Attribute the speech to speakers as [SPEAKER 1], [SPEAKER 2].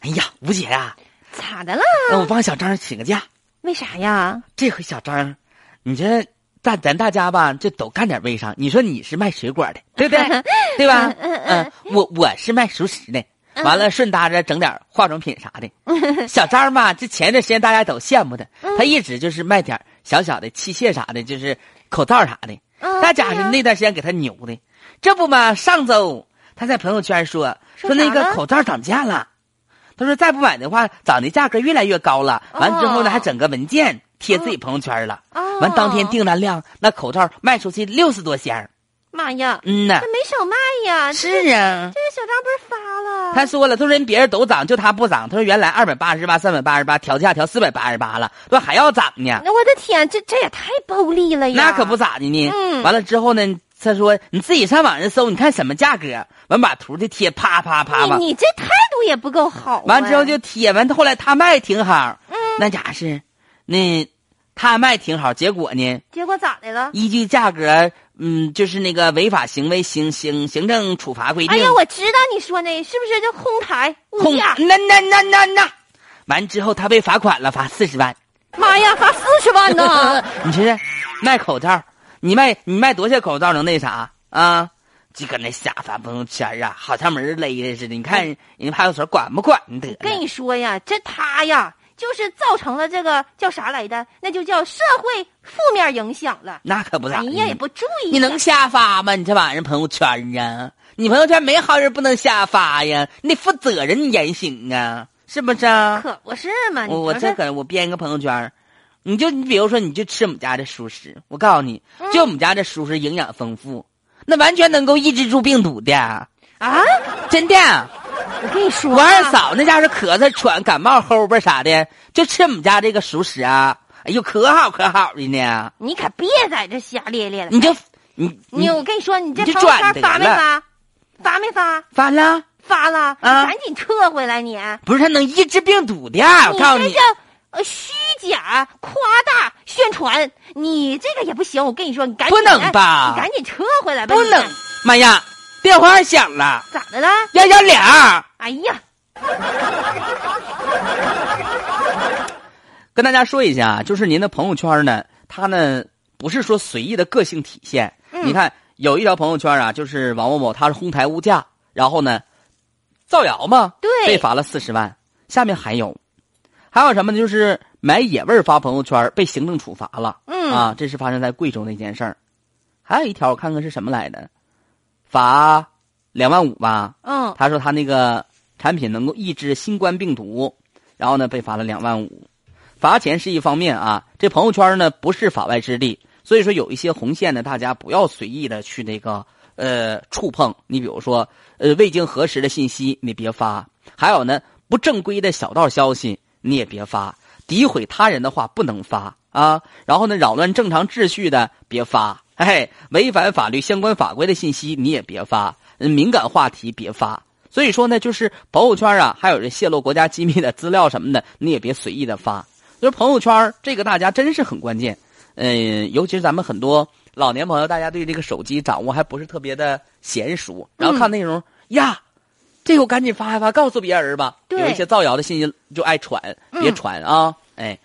[SPEAKER 1] 哎呀，吴姐呀、
[SPEAKER 2] 咋的了？
[SPEAKER 1] 呃我帮小张请个假。
[SPEAKER 2] 为啥呀？
[SPEAKER 1] 这回小张，你这大咱大家吧，就都干点微商。你说你是卖水果的，对不 对？对吧？嗯、我我是卖熟食的。完了，顺搭着整点化妆品啥的。小张吧，这前一段时间大家都羡慕他，他一直就是卖点小小的器械啥的，就是口罩啥的。
[SPEAKER 2] 嗯
[SPEAKER 1] 大家
[SPEAKER 2] 对
[SPEAKER 1] 是
[SPEAKER 2] 呀
[SPEAKER 1] 那段时间给他牛的，这不嘛，上周他在朋友圈说
[SPEAKER 2] 说
[SPEAKER 1] 说那
[SPEAKER 2] 啥
[SPEAKER 1] 个
[SPEAKER 2] 了
[SPEAKER 1] 口罩涨价了，他说再不买的话，涨的价格越来越高了。完之后呢，
[SPEAKER 2] 哦嗯
[SPEAKER 1] 还整个文件贴自己朋友圈了。
[SPEAKER 2] 哦
[SPEAKER 1] 完当天订单量，那口罩卖出去六十多箱儿。
[SPEAKER 2] 妈呀，
[SPEAKER 1] 嗯呐
[SPEAKER 2] 那，没少卖呀！这
[SPEAKER 1] 是啊，
[SPEAKER 2] 这小张不是发了？
[SPEAKER 1] 他说了，他说人别人都涨，就他不涨。他说原来二百八十八、三百八十八，调价调四百八十八了，说还要涨呢。
[SPEAKER 2] 那我的天，这这也太暴力了哎呀！
[SPEAKER 1] 那可不咋的呢。
[SPEAKER 2] 嗯
[SPEAKER 1] 完了之后呢，他说你自己上网上搜，你看什么价格，完把图就贴，啪啪啪嘛
[SPEAKER 2] 哎你。你这态度也不够好啊。嗯
[SPEAKER 1] 完之后就贴，完后来他卖挺好，那家是，那他卖挺好，结果呢，
[SPEAKER 2] 结果咋的了？
[SPEAKER 1] 依据价格，嗯，就是那个违法行为行行行政处罚规定。
[SPEAKER 2] 哎呀，我知道你说那是不是就哄抬物
[SPEAKER 1] 轰
[SPEAKER 2] 价？
[SPEAKER 1] 那那那那那，完之后他被罚款了，罚四十万。
[SPEAKER 2] 妈呀，罚四十 万呢！
[SPEAKER 1] 你说这卖口罩，你卖你卖多少口罩能那啥啊？就搁那瞎发朋友圈啊，好像没人勒着似的。你看人家派出所管不管你得了？
[SPEAKER 2] 跟你说呀，这他呀，就是造成了这个叫啥来的？那就叫社会负面影响了。
[SPEAKER 1] 那可不咋
[SPEAKER 2] 哎
[SPEAKER 1] 的。
[SPEAKER 2] 呀，也不注意，
[SPEAKER 1] 你能瞎发吗？你这玩意儿朋友圈啊，你朋友圈没好人不能瞎发呀，你得负责任，你言行啊，是不是啊？
[SPEAKER 2] 可不是嘛？你
[SPEAKER 1] 我我
[SPEAKER 2] 说
[SPEAKER 1] 这
[SPEAKER 2] 这
[SPEAKER 1] 可我编个朋友圈儿，你就你比如说你就吃我们家这熟食，我告诉你，就
[SPEAKER 2] 嗯
[SPEAKER 1] 我们家这熟食营养丰富，那完全能够抑制住病毒的，
[SPEAKER 2] 啊，
[SPEAKER 1] 真的。
[SPEAKER 2] 我跟你说啊，
[SPEAKER 1] 我二嫂那家是咳嗽、喘、感冒、齁吧啥的，就吃我们家这个熟食啊，哎呦可好可好的呢，
[SPEAKER 2] 你可别在这瞎咧咧了。
[SPEAKER 1] 你就你
[SPEAKER 2] 你我跟你说，你这
[SPEAKER 1] 你就
[SPEAKER 2] 朋友圈
[SPEAKER 1] 转得
[SPEAKER 2] 发没
[SPEAKER 1] 了
[SPEAKER 2] 发？发没发？
[SPEAKER 1] 发了，
[SPEAKER 2] 发了，
[SPEAKER 1] 啊
[SPEAKER 2] 赶紧撤回来你！
[SPEAKER 1] 不是它能抑制病毒的，我告诉
[SPEAKER 2] 这
[SPEAKER 1] 你
[SPEAKER 2] 叫。呃虚假、夸大、宣传，你这个也不行。我跟你说，你赶紧
[SPEAKER 1] 不能吧
[SPEAKER 2] 你赶紧撤回来吧。
[SPEAKER 1] 不
[SPEAKER 2] 你
[SPEAKER 1] 能，妈呀，电话响了，
[SPEAKER 2] 咋的了？
[SPEAKER 1] 幺幺零儿。
[SPEAKER 2] 哎呀，
[SPEAKER 1] 跟大家说一下啊，就是您的朋友圈呢，它呢不是说随意的个性体现。
[SPEAKER 2] 嗯
[SPEAKER 1] 你看有一条朋友圈啊，就是王某某，他是哄抬物价，然后呢造谣嘛，
[SPEAKER 2] 对
[SPEAKER 1] 被罚了四十万。下面还有，还有什么呢？就是买野味儿发朋友圈被行政处罚了。
[SPEAKER 2] 嗯
[SPEAKER 1] 啊，这是发生在贵州那件事儿。还有一条，我看看是什么来的，罚两万五吧。
[SPEAKER 2] 嗯，
[SPEAKER 1] 他说他那个产品能够抑制新冠病毒，然后呢被罚了两万五。罚钱是一方面啊，这朋友圈呢不是法外之地，所以说有一些红线呢，大家不要随意的去那个呃触碰。你比如说呃未经核实的信息，你别发；还有呢不正规的小道消息，你也别发；诋毁他人的话不能发啊。然后呢扰乱正常秩序的别发，哎，违反法律相关法规的信息你也别发，嗯敏感话题别发。所以说呢，就是朋友圈啊，还有这泄露国家机密的资料什么的，你也别随意的发。就是朋友圈儿这个大家真是很关键，嗯、尤其是咱们很多老年朋友，大家对这个手机掌握还不是特别的娴熟，
[SPEAKER 2] 嗯
[SPEAKER 1] 然后看内容、呀，这个我赶紧发一发，告诉别人吧。
[SPEAKER 2] 对
[SPEAKER 1] 有一些造谣的信息就爱传，别
[SPEAKER 2] 嗯
[SPEAKER 1] 传啊，哎。